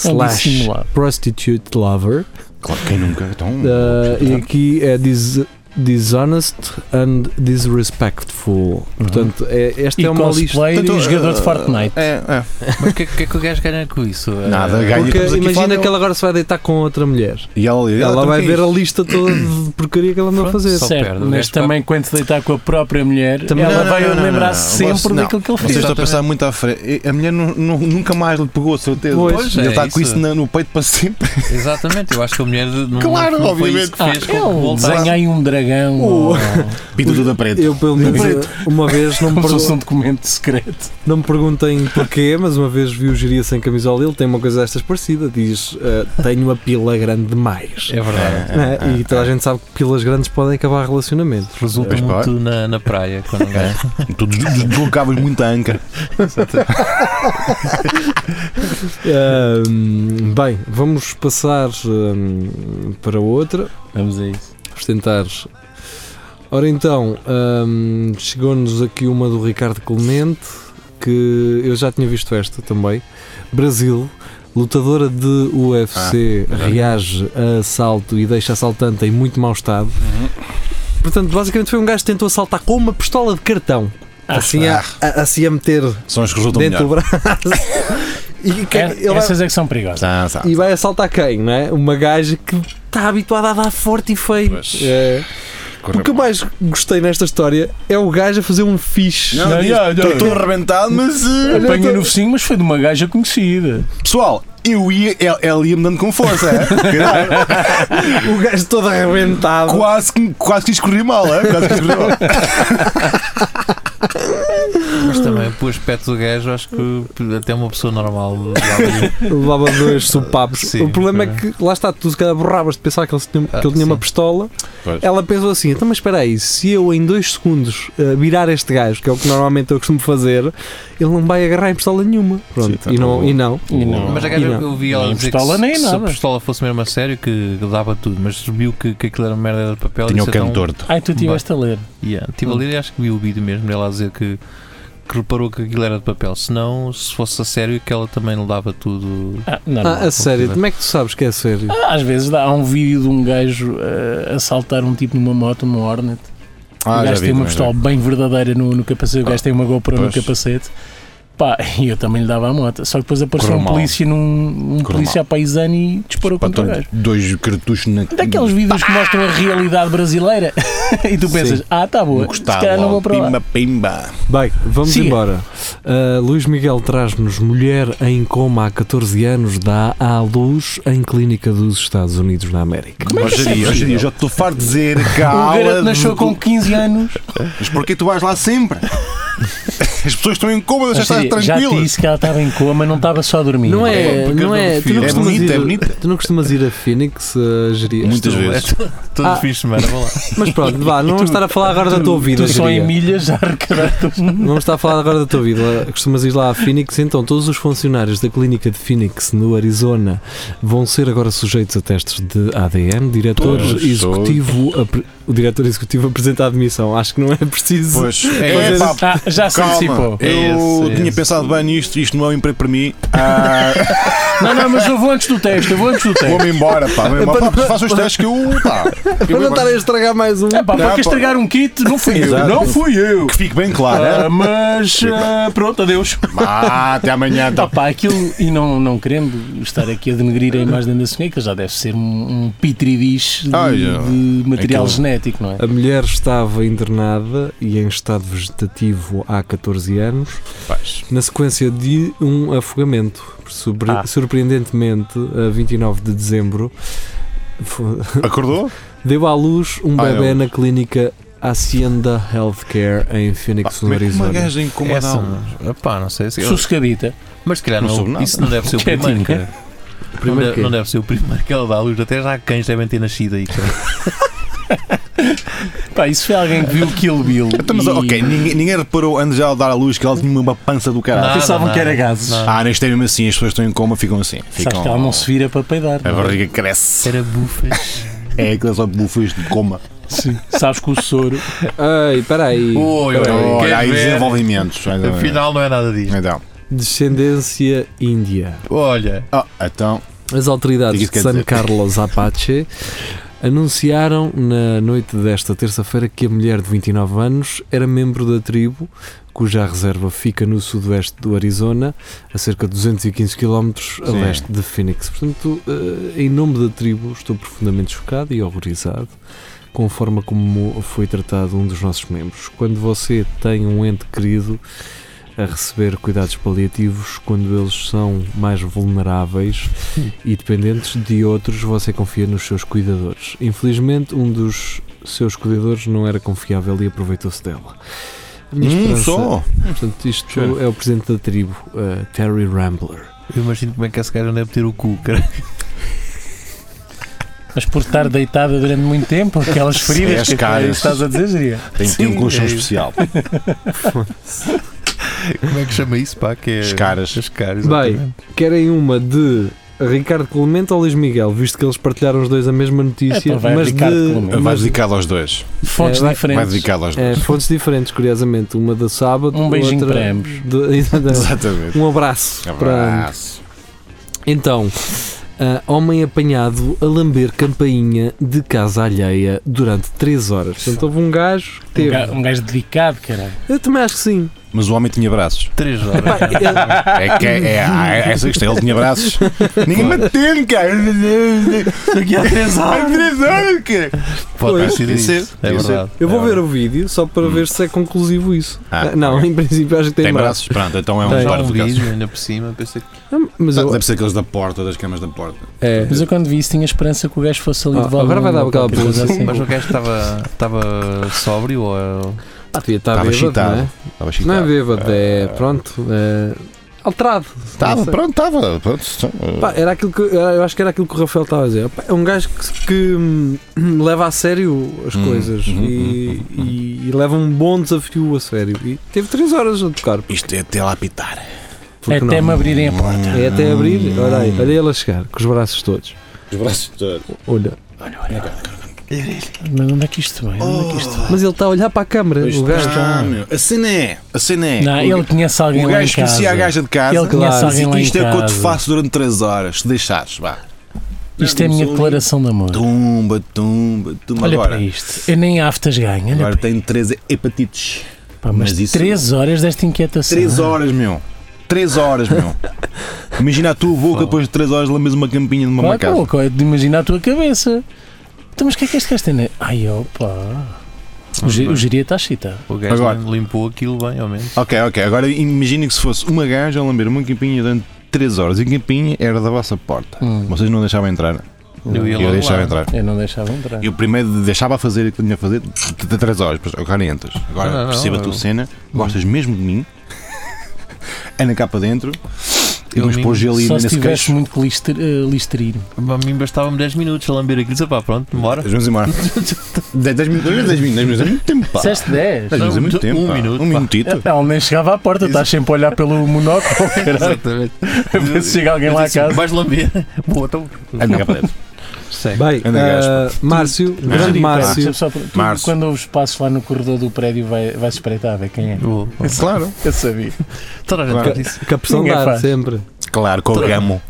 S5: É um
S3: slash
S5: dissimulado.
S3: prostitute lover.
S6: Claro, quem nunca? Então,
S3: Uh, e aqui é dis- dishonest and disrespectful. Portanto, é, esta
S5: E
S3: é uma lista.
S5: cosplay
S6: Portanto,
S5: e um jogador de
S6: uh,
S5: Fortnite.
S6: É, é.
S4: Mas o que, que é que o gajo ganha com isso?
S6: Nada,
S4: Eh,
S6: ganha.
S3: Porque
S6: estamos aqui
S3: imagina
S6: falando-
S3: que ela agora se vai deitar com outra mulher.
S6: E ela,
S3: Ela,
S6: então,
S3: vai
S6: que é
S3: ver a
S6: isto?
S3: lista toda de porcaria que ela anda a
S4: Pronto,
S3: fazer.
S4: só-
S5: Certo,
S4: perde, o
S5: mas
S4: gajo vai-
S5: também quando se deitar com a própria mulher,
S3: Também-
S5: ela
S6: Não, não,
S5: vai
S6: não, não,
S5: lembrar-se
S6: não, não.
S5: sempre
S6: Não.
S5: daquilo que ele
S6: Vocês
S5: fez.
S6: estão a pensar muito à frente. A mulher nu- nu- nunca mais lhe pegou, certeza.
S3: Pois,
S6: e ele
S4: é
S6: está com
S4: isso.
S6: isso na- no peito para sempre.
S4: Exatamente, eu acho que a mulher de- não,
S6: Claro,
S4: não foi isso
S6: obviamente.
S4: que
S5: Ah,
S4: fez com que
S5: ele
S4: voltasse.
S5: desenhei um dragão.
S3: O-
S5: ou-
S2: Pintura preta.
S3: Eu, pelo menos,
S5: Preto.
S3: uma vez, não me, pergun-
S5: Como se fosse um documento secreto.
S3: não me perguntem porquê, mas uma vez vi o Geria sem camisola e ele tem uma coisa destas parecida. Diz: eh, Tenho a pila grande demais.
S4: É verdade.
S3: Não é? E toda a gente sabe que pilas grandes podem acabar relacionamentos.
S4: Resulta
S2: Pois
S4: muito
S2: pode.
S4: na, na praia quando um gajo.
S2: Tu des- des- deslocavas muito a anca.
S3: Ahm, bem, vamos passar ahm, para outra.
S5: Vamos a isso.
S3: Vamos tentar. Ora então, ahm, chegou-nos aqui uma do Ricardo Clemente, que eu já tinha visto esta também. Brasil, lutadora de UFC, reage a assalto e deixa assaltante em muito mau estado. Portanto, basicamente foi um gajo que tentou assaltar com uma pistola de cartão. Assim a, a- assim a meter
S2: São as que resultam
S3: dentro do
S2: melhor.
S3: braço. e, que- ele vai-
S5: Essas é que são perigosas.
S2: Tá, tá.
S3: e vai assaltar quem, não é? Uma gaja que está habituada a dar forte e feio.
S2: Pois.
S3: É.
S2: Corre-
S3: O que eu mais gostei nesta história é o gajo a fazer um fixe.
S2: Não,
S5: Não,
S2: diz,
S5: não, não.
S2: Estou arrebentado, mas. eh,
S5: Apanhei no focinho, mas foi de uma gaja conhecida.
S2: Pessoal, eu ia. Ela,
S6: é,
S2: ela ia-me dando com força, é? Caralho.
S3: O gajo todo arrebentado.
S2: quase, que, quase que escorri mal, é? Quase que escorri mal.
S4: Mas também, pelo aspecto do gajo, acho que até uma pessoa normal.
S3: Levava dois sopapos.
S4: Sim,
S3: o problema é
S4: foi.
S3: que, lá está, tu se calhar borravas de pensar que ele tinha, que
S4: Ah,
S3: ele tinha uma
S4: sim.
S3: pistola.
S2: Pois.
S3: Ela pensou assim: então, mas espera aí, se eu em dois segundos eh, virar este gajo, que é o que normalmente eu costumo fazer, ele não vai agarrar em pistola nenhuma. Pronto,
S2: Sim, tá
S3: e, não,
S2: bom.
S3: e não.
S5: E não.
S4: Mas a
S3: E
S4: gaja,
S3: não.
S4: eu vi ela
S5: Nem
S4: dizer
S5: pistola,
S4: que se-
S5: nem
S4: se,
S5: nada.
S4: a pistola fosse mesmo a sério, que dava tudo, mas viu que, que aquilo era uma merda de papel
S6: um
S2: Tinha
S4: e
S2: o
S4: disse,
S2: cano
S4: então,
S2: torto.
S5: Ai, tu estiveste a ler.
S4: Yeah.
S5: Hum.
S4: Estive a ler e acho que vi o vídeo mesmo dela a dizer que, que reparou que aquilo era de papel. Se não, se fosse a sério, que ela também levava tudo.
S5: Ah, não, não.
S3: Ah, a sério, como é que tu sabes que é sério?
S5: Ah, Às vezes dá, há um vídeo de um gajo eh, a assaltar um tipo numa moto, numa Hornet.
S6: Ah,
S5: o gajo tem uma pistola bem verdadeira no, no capacete, o gajo tem uma GoPro
S2: pois.
S5: no capacete. Pá, e eu também lhe dava a moto. Só que depois apareceu
S2: Correu
S5: um
S2: mal.
S5: polícia num um
S2: Correu
S5: polícia à paisana e disparou contra o
S2: Patrão,
S5: gajo.
S2: então, dois cartuchos na.
S5: Daqueles vídeos que mostram a realidade brasileira e tu pensas, ah, tá boa, se
S2: Gostava.
S5: calhar não vou para lá.
S2: Pimba, pimba.
S3: Bem, vamos
S5: Siga.
S3: embora. Uh, Luís Miguel traz-nos mulher em coma há 14 anos dá à luz em clínica dos Estados Unidos da América.
S5: Como é que
S2: Hoje
S5: isso é
S2: em dia, hoje em dia,
S5: possível?
S2: já estou farto de dizer que a
S5: O
S2: ala
S5: garoto nasceu
S2: de-
S5: com 15 anos.
S2: Mas porquê tu vais lá sempre? As pessoas estão em coma, deixa estar
S5: Ou seja, já te
S2: tranquilas.
S5: disse que ela estava em coma, não estava só a dormir.
S3: Não é,
S4: porque eu
S3: não é.
S4: não
S3: Tu
S4: prefiro.
S3: não,
S2: É
S3: costumas
S2: bonito,
S3: ir,
S2: é bonito.
S3: tu não costumas ir a Phoenix, uh, Geria?
S2: Muitas
S4: Tudo,
S2: vezes.
S4: é tu- Todo
S3: Ah.
S4: fim de semana, vou lá.
S3: Mas pronto, vá, não vamos estar a falar agora da tua vida,
S5: Tu só em
S3: Geria.
S5: milhas um- a arrecadar
S3: Não vamos estar a falar agora da tua vida. Costumas ir lá à Phoenix, então todos os funcionários da clínica de Phoenix, no Arizona, vão ser agora sujeitos a testes de ADN. Diretor
S2: Pois,
S3: executivo, apre- o diretor executivo apresenta a admissão. Acho que não é preciso.
S2: Pois,
S4: É
S2: é,
S4: esse.
S2: pá,
S5: Ah, já se
S2: calma.
S5: antecipou.
S2: Eu
S4: É esse, é
S2: tinha
S4: esse.
S2: pensado bem nisto, isto não é um emprego para mim. Ah,
S5: Não, não, mas eu vou antes do teste, eu vou antes do teste.
S2: Vou-me embora, pá. Vou
S5: É
S2: embora. Pá, façam os testes que eu. Pá,
S3: Para não estar a estragar mais um.
S5: É pá,
S2: Não,
S5: porque
S2: pá.
S5: estragar um kit não fui eu.
S2: Exato.
S5: Não fui eu.
S2: que fique bem claro.
S5: Ah,
S2: é?
S5: mas ah, pronto, adeus.
S2: Ah, até amanhã.
S5: Tá,
S2: Então.
S5: pá, aquilo, e não, não querendo estar aqui a denegrir a imagem da Soneca, já deve ser um, um pitridiche de,
S2: Ah, já.
S5: de material
S2: Aquilo-
S5: genético, não é?
S3: A mulher estava internada e em estado vegetativo há 14 anos, na sequência de um afogamento. Surpre-
S5: Ah.
S3: Surpreendentemente, a 29 de dezembro, fo-
S2: Acordou?
S3: deu à luz um
S2: Ah,
S3: bebê
S2: é
S3: na clínica Hacienda Healthcare em
S4: Ah,
S3: Phoenix,
S4: é
S2: é
S3: no Arizona.
S5: né?
S2: em coma
S4: Essa, É assim, Epá, não sei se. eu-
S5: Sossegadita.
S4: mas se calhar
S2: Não
S4: não-
S2: soube nada.
S4: isso não deve ser o primeiro,
S5: Quietinho.
S4: cara. Não
S3: Primeiro
S4: deve,
S3: quê?
S4: não deve ser o primeiro que ela dá à luz, até já cães devem ter nascido aí. cara.
S5: Pá, isso foi alguém que viu Kill Bill.
S2: Então, mas,
S5: e
S2: ok, ninguém, ninguém reparou antes de ela dar à luz que ela tinha uma pança do caralho.
S4: Nada,
S5: Pensavam que
S4: nada,
S5: era gases.
S4: nada.
S2: Ah, neste é mesmo assim, as pessoas estão em coma, ficam assim.
S5: Sabes
S2: Ficam,
S5: que ela não se vira para peidar.
S2: A
S5: não é?
S2: barriga cresce.
S4: Era bufas.
S2: É aquelas bufas de coma.
S5: Sim. Sabes que o soro.
S3: Ei, peraí.
S4: Oi, oi,
S2: Olha, há aí
S4: quer ver?
S2: desenvolvimentos.
S4: Afinal, não é nada disso.
S2: Então,
S3: Descendência índia.
S4: Olha,
S2: ah, então
S3: As
S2: O que
S3: autoridades
S2: isso quer
S3: de San
S2: dizer?
S3: Carlos Apache anunciaram na noite desta terça-feira que a mulher de 29 anos era membro da tribo, cuja reserva fica no sudoeste do Arizona, a cerca de 215 km a
S2: Sim.
S3: leste de Phoenix. Portanto, eh, em nome da tribo, estou profundamente chocado e horrorizado com a forma como foi tratado um dos nossos membros. Quando você tem um ente querido a receber cuidados paliativos quando eles são mais vulneráveis e dependentes de outros, você confia nos seus cuidadores. Infelizmente, um dos seus escolhedores não era confiável e aproveitou-se dela. A minha
S6: Um
S2: hum,
S3: esperança-
S6: só?
S3: Portanto, isto é o presidente da tribo, eh, Terry Rambler.
S4: Eu imagino como é que esse gajo deve ter o cu, cara.
S5: Mas por estar deitada durante muito tempo, aquelas
S6: É,
S5: feridas
S6: as
S5: que
S6: caras.
S5: estás a dizer, Jeria.
S6: Tem que ter um
S4: Sim,
S6: colchão
S4: é isso.
S6: especial.
S4: Como é que chama isso, pá? Que é...
S6: As caras.
S4: As caras,
S3: Bem.
S4: exatamente.
S3: Querem uma de Ricardo Clemente ou Luís Miguel, visto que eles partilharam os dois a mesma notícia,
S5: Epá, Então vai
S3: mas
S5: Ricardo
S3: de
S5: Clemente.
S2: Vai
S3: mas,
S2: dedicado aos dois.
S5: Fontes
S3: É, vai-
S5: diferentes.
S6: Vai dedicado aos
S3: eh,
S6: dois.
S3: fontes diferentes, curiosamente. Uma da sábado,
S5: Um beijinho
S3: outra
S5: para ambos.
S3: de- exatamente.
S6: Exatamente.
S3: um abraço, para ambos.
S6: Abraço.
S3: Então, ah, homem apanhado a lamber campainha de casa alheia durante 3 horas. Portanto, houve um gajo que teve.
S5: Um ga- Um gajo dedicado, caralho.
S3: Eu também acho que sim.
S6: Mas o homem tinha braços.
S4: Três horas.
S3: Pá, ele-
S6: É que é, é, é essa questão. Ele tinha braços. Ninguém me atende, cara.
S2: Daqui a 3
S6: Ai, três horas, cara.
S4: Pode ter sido
S6: Podia ser.
S4: isso. É
S6: Podia ser.
S4: verdade.
S3: eu
S4: É
S3: vou ver
S4: verdade.
S3: o vídeo só para ver se é conclusivo isso.
S6: um Hum. Ah,
S3: Ah, não, em princípio acho que tem,
S6: Tem
S3: braço.
S6: braços. Pronto, então é um
S3: Tem.
S4: Já
S6: par
S4: um
S6: de braços.
S4: vídeo ainda por cima, pensei que
S3: Ah, Mas eu,
S6: Tá, Deve ser aqueles da porta, das camas da porta.
S3: é,
S5: Mas eu quando vi isso tinha esperança que o gajo fosse ali
S3: Ah,
S5: de volta.
S3: agora vai dar aquela
S5: coisa
S3: pergunta.
S5: assim.
S4: Mas o um gajo estava, estava sóbrio ou
S3: ah, devia estar
S6: Estava
S3: bêbado,
S6: excitado.
S3: não é?
S6: Estava
S3: Não é
S6: excitado.
S3: bêbado, é
S6: Ah.
S3: pronto. É, alterado. Não
S6: Estava,
S3: sei.
S6: pronto, estava. Pronto, então,
S3: Pá, era aquilo que, era- eu acho que era aquilo que o Rafael estava a dizer. Pá, É um gajo que, que, hum, leva a sério as
S6: Hum,
S3: coisas
S6: hum,
S3: e,
S6: hum, hum,
S3: e- e leva um bom desafio a sério. E teve 3 horas a tocar.
S6: Isto é até lá pitar.
S3: porque
S5: É até
S3: não?
S5: me abrirem a porta.
S3: É
S6: Hum.
S3: até abrir. Olha aí, olha ele a chegar, com os braços todos.
S6: Os braços todos.
S3: Olha.
S6: Hum.
S5: Mas onde é que isto vai? Onde é que isto vai?
S3: Mas ele está a olhar para a câmara, o gajo.
S6: Ah, meu. A cena é. A cena é.
S5: Não,
S6: o,
S5: ele conhece alguém
S6: o
S5: lá em
S6: gajo conhecia a
S5: casa.
S6: gaja de casa.
S5: Ele conhece
S3: Claro.
S5: alguém lá
S6: E
S5: em
S6: isto é o que eu te
S5: casa.
S6: faço durante 3 horas, se deixares, vá.
S5: Isto é a
S6: Não,
S5: minha
S6: sou-
S5: declaração de amor.
S6: Tumba, tumba, tumba.
S5: Olha
S6: agora,
S5: para isto. Eu nem aftas ganho. Olha
S6: agora
S5: para
S6: tenho 13 hepatites.
S5: isto. Pá, mas
S6: mas isso-
S5: 3 horas desta inquietação.
S6: 3 horas, meu. 3 horas, meu. Imagina a tua boca depois de 3 horas lambes uma campinha numa
S5: Qual é que é
S6: macacada.
S5: louco? É de imaginar a tua cabeça. Então, mas o que é que este gajo tem? na- Ai, opa. O Gi- o Giria está excitado.
S4: o gajo
S6: Agora.
S4: limpou aquilo bem, ao menos.
S6: Ok, ok. Agora imagina que se fosse uma gaja a lamber uma campinha durante 3 horas e a campinha era da vossa porta.
S5: Hum.
S6: Vocês não deixavam entrar.
S4: Eu ia
S6: eu
S4: logo
S6: deixava
S4: lá.
S6: entrar.
S5: Eu não deixava entrar.
S6: Eu primeiro deixava a fazer o que tinha a fazer de 3 horas, depois agora entras. Agora
S4: Não, não,
S6: perceba a
S4: não,
S6: tua
S4: eu-
S6: cena, gostas mesmo de mim, anda cá para dentro, e
S4: Eu
S6: depois
S4: mim-
S6: pôs gelo
S5: Só
S6: ainda
S5: se
S6: nesse
S5: tivesse
S6: queixo.
S5: muito que lister- eh, listerino.
S4: A mim bastava-me 10 minutos a lamber aquilo. Disse, pá, pronto, demora.
S6: Vamos embora. 10 minutos, 10 minutos, 10 minutos, é muito tempo, pá.
S5: Disseste 10?
S6: Dez minutos é muito
S4: Não,
S6: tempo.
S4: um
S6: pá.
S4: minuto,
S6: Um
S4: pá.
S6: minutito.
S5: Não, nem chegava à porta, estás sempre a olhar pelo monóculo. caralho.
S4: Exatamente.
S5: A ver se chega alguém lá a casa.
S4: Vais lamber. Boa, então.
S6: Anda cá para dentro.
S4: Segue.
S3: Bem,
S6: Anda, gajo,
S3: ah, Márcio, grande
S5: Espera,
S3: Márcio.
S5: deixa-me só per- tu,
S6: Márcio.
S5: Quando ouves passos lá no corredor do prédio, vai- vais espreitar a ver quem é.
S4: Vou, vou.
S6: Claro.
S5: Eu sabia.
S4: Toda a gente
S6: Claro.
S4: faz isso.
S3: Que a pressão
S5: Ninguém
S3: dá
S5: faz.
S3: sempre.
S6: Claro, com o gamo.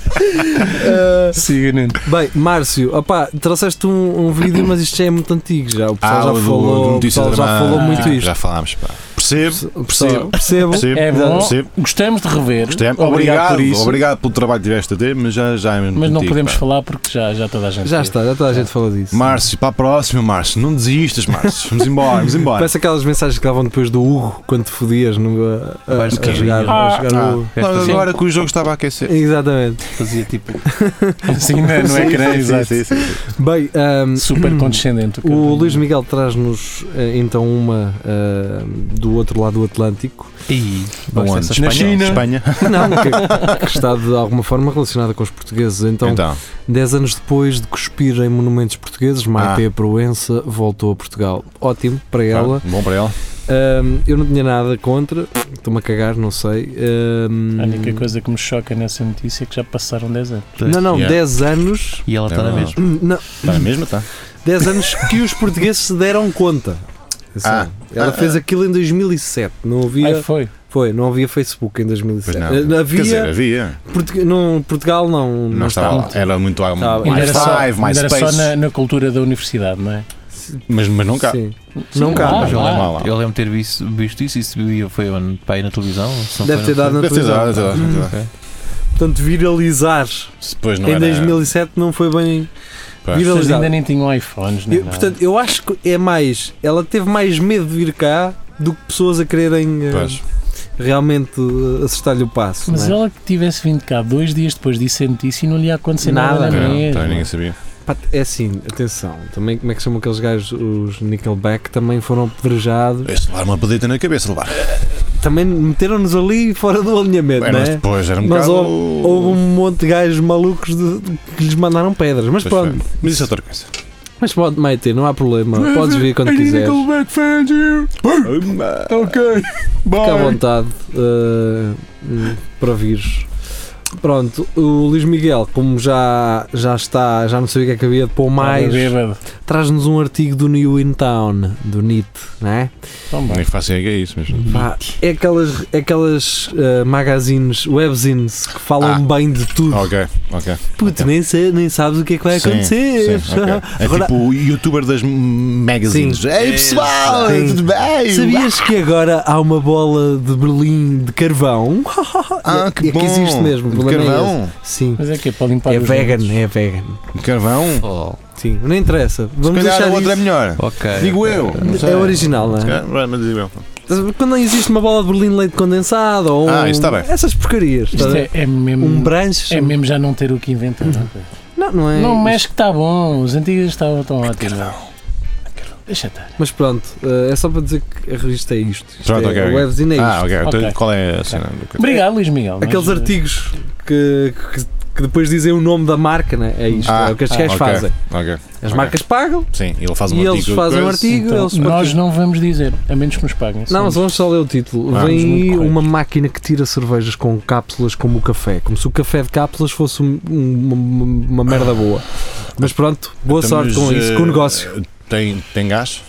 S3: Ah,
S5: Siga, Nuno.
S3: Bem, Márcio, opá, trouxeste um, um vídeo, mas isto já é muito antigo já. O pessoal já
S6: Ah, o do- do
S3: falou, o
S6: notícia
S3: pessoal já
S6: dramática, tipo,
S3: falou muito isto.
S6: Já falámos, pá. Percebo,
S3: O pessoal-
S6: Percebo.
S3: Percebo.
S6: percebo.
S5: É bom.
S6: percebo.
S5: Gostamos de rever.
S6: Gostei.
S5: Obrigado
S6: Obrigado,
S5: por isso.
S6: obrigado pelo trabalho que tiveste a ter, mas já, já é mesmo
S5: Mas não
S6: contigo,
S5: podemos
S6: pá.
S5: falar porque já, já toda a gente.
S3: Já
S5: viu.
S3: está, já toda a gente falou disso.
S6: Márcio, para a próxima, Márcio. Não desistas, Márcio. Vamos embora, vamos embora.
S3: Parece aquelas mensagens que davam depois do Hugo quando te fodias no, a, a,
S4: Vais
S3: a
S4: de
S3: jogar,
S5: Ah,
S3: a jogar
S6: ah.
S3: o- é
S6: Não,
S4: Esta
S6: agora que o jogo estava a aquecer.
S3: Exatamente.
S4: fazia tipo.
S5: Sim, não, não é que era,
S6: Sim, sim,
S5: exato.
S6: sim, sim, sim.
S3: Bem, ahm,
S5: Super condescendente. cara.
S3: o Luís Miguel traz-nos eh, então uma ah, do outro lado do Atlântico.
S4: Ih,
S3: é
S6: Onde?
S4: basta essa espanhola.
S6: Espanha.
S3: Não, que, que está de alguma forma relacionada com os portugueses. Então,
S6: Então,
S3: 10 anos depois de cuspir em monumentos portugueses, Maite Proença voltou a Portugal. Ótimo para ela.
S6: bom para ela.
S3: Ahm, eu não tinha nada contra. Estou-me a cagar, não sei. Um, Ahm,
S5: A única coisa que me choca nessa notícia é que já passaram 10 anos.
S3: Não, não,
S6: Yeah.
S3: 10 anos.
S4: E ela está na
S6: Não.
S4: mesma.
S3: Não,
S6: Está na mesma, tá? está?
S3: 10 anos que os portugueses se deram conta. Assim,
S6: Ah.
S3: ela
S6: Ah,
S3: fez aquilo em 2007. Não
S5: Ai,
S3: havia.
S5: foi.
S3: Foi, não havia Facebook em 2007.
S6: Pois
S3: Eh,
S6: não.
S3: havia.
S6: Quer dizer, havia.
S3: Portu- não, Portugal não, não, Tá,
S6: Não estava
S3: estava.
S6: lá. Era muito ah,
S3: Estava.
S5: Ainda
S6: mais
S5: era só,
S6: Five, mais
S5: ainda era só
S6: Space.
S5: na, na cultura da universidade, não é?
S6: Mas, mas não cá.
S3: Sim.
S5: Sim,
S3: não cá.
S5: lá,
S4: Ah, Mas eu,
S5: lá.
S4: lembro,
S6: lá, lá.
S4: eu lembro ter visto, visto isso. Isso devia- foi onde? Pá, aí na televisão? se não
S3: Deve
S4: foi,
S3: ter
S4: não
S3: dado na
S6: Deve ter dado,
S3: televisão.
S6: deve ter dado.
S4: sei.
S3: Portanto, viralizar
S6: Depois não
S3: em
S6: era.
S3: 2007 não foi bem
S6: Pois.
S5: Vocês ainda
S3: viralizado.
S5: nem tinham iPhones, nem
S3: Eu,
S5: nada.
S3: portanto, eu acho que é mais. Ela teve mais medo de vir cá do que pessoas a quererem eh,
S6: Pois.
S3: realmente eh, acertar-lhe o passo.
S5: Mas
S3: não é?
S5: ela que tivesse vindo cá dois dias depois disso a é notícia e não lhe ia acontecer
S3: Nada.
S5: nada,
S6: Não,
S5: na
S6: então
S5: mesma.
S6: ninguém sabia.
S3: Pá, É assim, atenção, também como é que chamam aqueles gajos, os Nickelback, também foram apedrejados,
S6: Esse levar uma pedita na cabeça, levar.
S3: também meteram-nos ali fora do alinhamento,
S6: Era,
S3: não
S6: mas
S3: é?
S6: depois era um
S3: Mas
S6: bocado.
S3: houve, houve um monte de gajos malucos de- de- que lhes mandaram pedras, mas
S6: Pois
S3: pronto,
S6: foi. Mas isso é outra coisa.
S3: mas pode meter, não há problema,
S6: é
S3: podes vir quando quiseres,
S6: ok.
S3: fica à
S6: Bye.
S3: vontade eh, hum, para vires. Pronto, o Luís Miguel, como já, já está, já não sabia o que é que havia de pôr mais,
S5: Bêbado.
S3: traz-nos um artigo do New In Town, do NIT, não é?
S5: Tão bem.
S6: Nem faço ideia que é isso mesmo.
S3: Pá, é aquelas, é aquelas eh, magazines, webzines que falam
S6: Ah.
S3: bem de tudo.
S6: Ok, ok.
S3: Puto, nem, sei- nem sabes o que é que vai
S6: Sim,
S3: acontecer.
S6: sim, ok. É
S3: Agora,
S6: tipo o youtuber das magazines.
S3: Sim.
S6: Ei pessoal,
S3: Sim.
S6: tudo bem?
S3: Sabias que agora há uma bola de Berlim de carvão?
S6: Ah, que
S3: é
S6: bom.
S3: que existe mesmo. o
S6: De
S3: problema é
S6: carvão.
S3: esse. Sim.
S5: Mas é que é para limpar
S3: É
S5: os
S3: vegan,
S5: dentes.
S3: é vegan.
S6: De carvão?
S3: Sim, não interessa.
S6: Se
S3: Vamos
S6: calhar
S3: deixar
S6: a outra é
S3: isso.
S6: melhor.
S4: Oh, Ok.
S6: Digo
S4: ok.
S6: eu. não sei.
S3: É original, não
S6: Se
S3: é?
S6: calhar, Mas digo eu.
S3: Quando existe uma bola de Berlim de leite condensado ou
S6: Ah, isso
S3: um-
S6: está bem.
S3: essas porcarias. estás a
S5: Isto
S3: ver?
S5: é, é mesmo.
S3: Um branche.
S5: é mesmo já não ter o que inventar. não é?
S3: Não, não é.
S5: Não mexe que está bom, os antigos estavam tão ótimos. Deixa estar.
S3: Mas pronto, eh, é só para dizer que a revista é isto. isto
S6: Pronto,
S3: é,
S6: ok,
S3: a
S6: ok.
S3: webzine é isto.
S6: Ah, ok. Então,
S5: Ok.
S6: Qual é a cena? do carvão?
S5: Obrigado, Luís Miguel. mas,
S3: Aqueles
S5: eh,
S3: artigos que, que- que depois dizem o nome da marca, né? é isto.
S6: Ah,
S3: é o que estes
S5: ah,
S3: gajos
S6: ok.
S3: fazem.
S6: Ok.
S3: As
S6: Ok.
S3: marcas pagam
S6: Sim, ele faz um
S3: e
S6: artigo.
S3: eles fazem um
S6: coisa.
S3: artigo.
S5: então,
S3: eles
S5: nós
S3: partilham.
S5: não vamos dizer, a menos que nos paguem.
S3: não, mas
S5: Somos-
S3: vamos só ler o título.
S6: Ah,
S5: vamos
S3: Vem aí
S5: muito correto.
S3: uma máquina que tira cervejas com cápsulas como o café. Como se o café de cápsulas fosse um- um- uma, uma merda boa. Mas pronto, boa
S6: Então,
S3: sorte com
S6: mas,
S3: isso, com o
S6: eh,
S3: negócio.
S6: Tem, tem gás?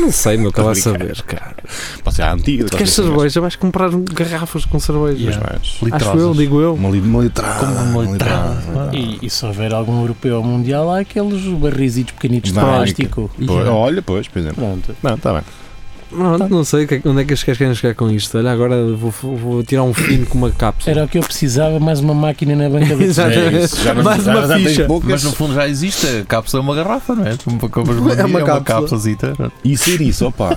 S3: Não sei, meu, que
S6: tô
S3: lá
S6: brincando.
S3: saber, cara.
S6: Pode ser a antiga.
S3: Tu queres cerveja? Vais comprar um garrafas com cerveja.
S6: Mas mais.
S3: Acho eu,
S4: Litrosas.
S3: digo eu.
S6: Uma, li- uma litrada.
S4: Como uma litrada.
S5: E, e se houver algum europeu ou mundial, há aqueles barrizitos pequenitos de
S6: Não,
S5: plástico.
S6: Pois, olha, pois, por exemplo.
S5: Pronto.
S6: Não, está bem.
S3: Pronto, não sei o que é que- onde é que as queres querem chegar com isto. Olha, agora vou, vou tirar um fino com uma cápsula.
S5: Era o que eu precisava, mais uma máquina na banca do
S3: Exato.
S5: tesouro.
S6: É isso, já não-
S3: Mais
S6: já-
S3: uma
S6: já tens
S3: ficha.
S6: poucas.
S4: Mas no fundo já existe, a cápsula é uma garrafa, não é? Tu compras
S3: É uma
S4: um dia, é
S3: cápsula.
S4: uma cápsulazita.
S6: E ser isso, opa.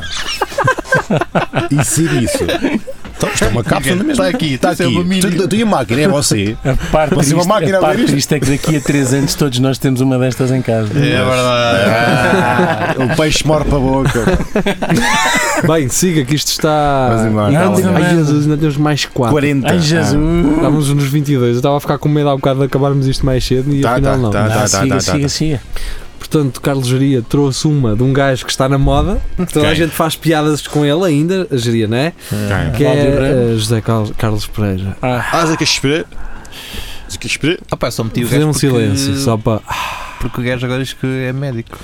S6: e ser isso. Então, isto é uma cápsula na mesma.
S4: Está aqui,
S6: está
S4: isso
S6: aqui.
S4: é uma mini.
S6: Tu, tu e a máquina, é você.
S5: A parte,
S6: Mas
S5: triste,
S6: uma máquina
S5: a parte
S6: a ver isto?
S5: triste é que daqui a 3 anos todos nós temos uma destas em casa.
S6: É Ah, o peixe morre para a boca.
S5: É.
S3: Bem, siga que isto está.
S6: Mas embora,
S3: Ainda-
S5: tá bom.
S3: Ai Jesus, ainda temos mais 4.
S6: 40.
S5: Ai Jesus!
S3: Estávamos nos 22. Eu estava a ficar com medo há um bocado de acabarmos isto mais cedo e
S6: Tá,
S3: afinal
S6: tá,
S3: não.
S6: tá.
S5: Ah, siga,
S6: tá,
S5: siga,
S6: tá.
S5: siga.
S3: Portanto, Carlos Geria trouxe uma de um gajo que está na moda. que Toda a
S6: Quem?
S3: gente faz piadas com ele ainda, a Geria, não é?
S6: Ah.
S3: Que
S5: Cláudio
S3: é
S5: Pereira.
S3: eh, José Carlos, Carlos Pereira.
S6: Ah, Zé Caspiré. Zé Caspiré.
S4: Ah, pá, só meti o
S3: Fazer
S4: gajo
S3: um
S4: porque-
S3: silêncio, só para.
S4: Porque o gajo agora diz que é médico.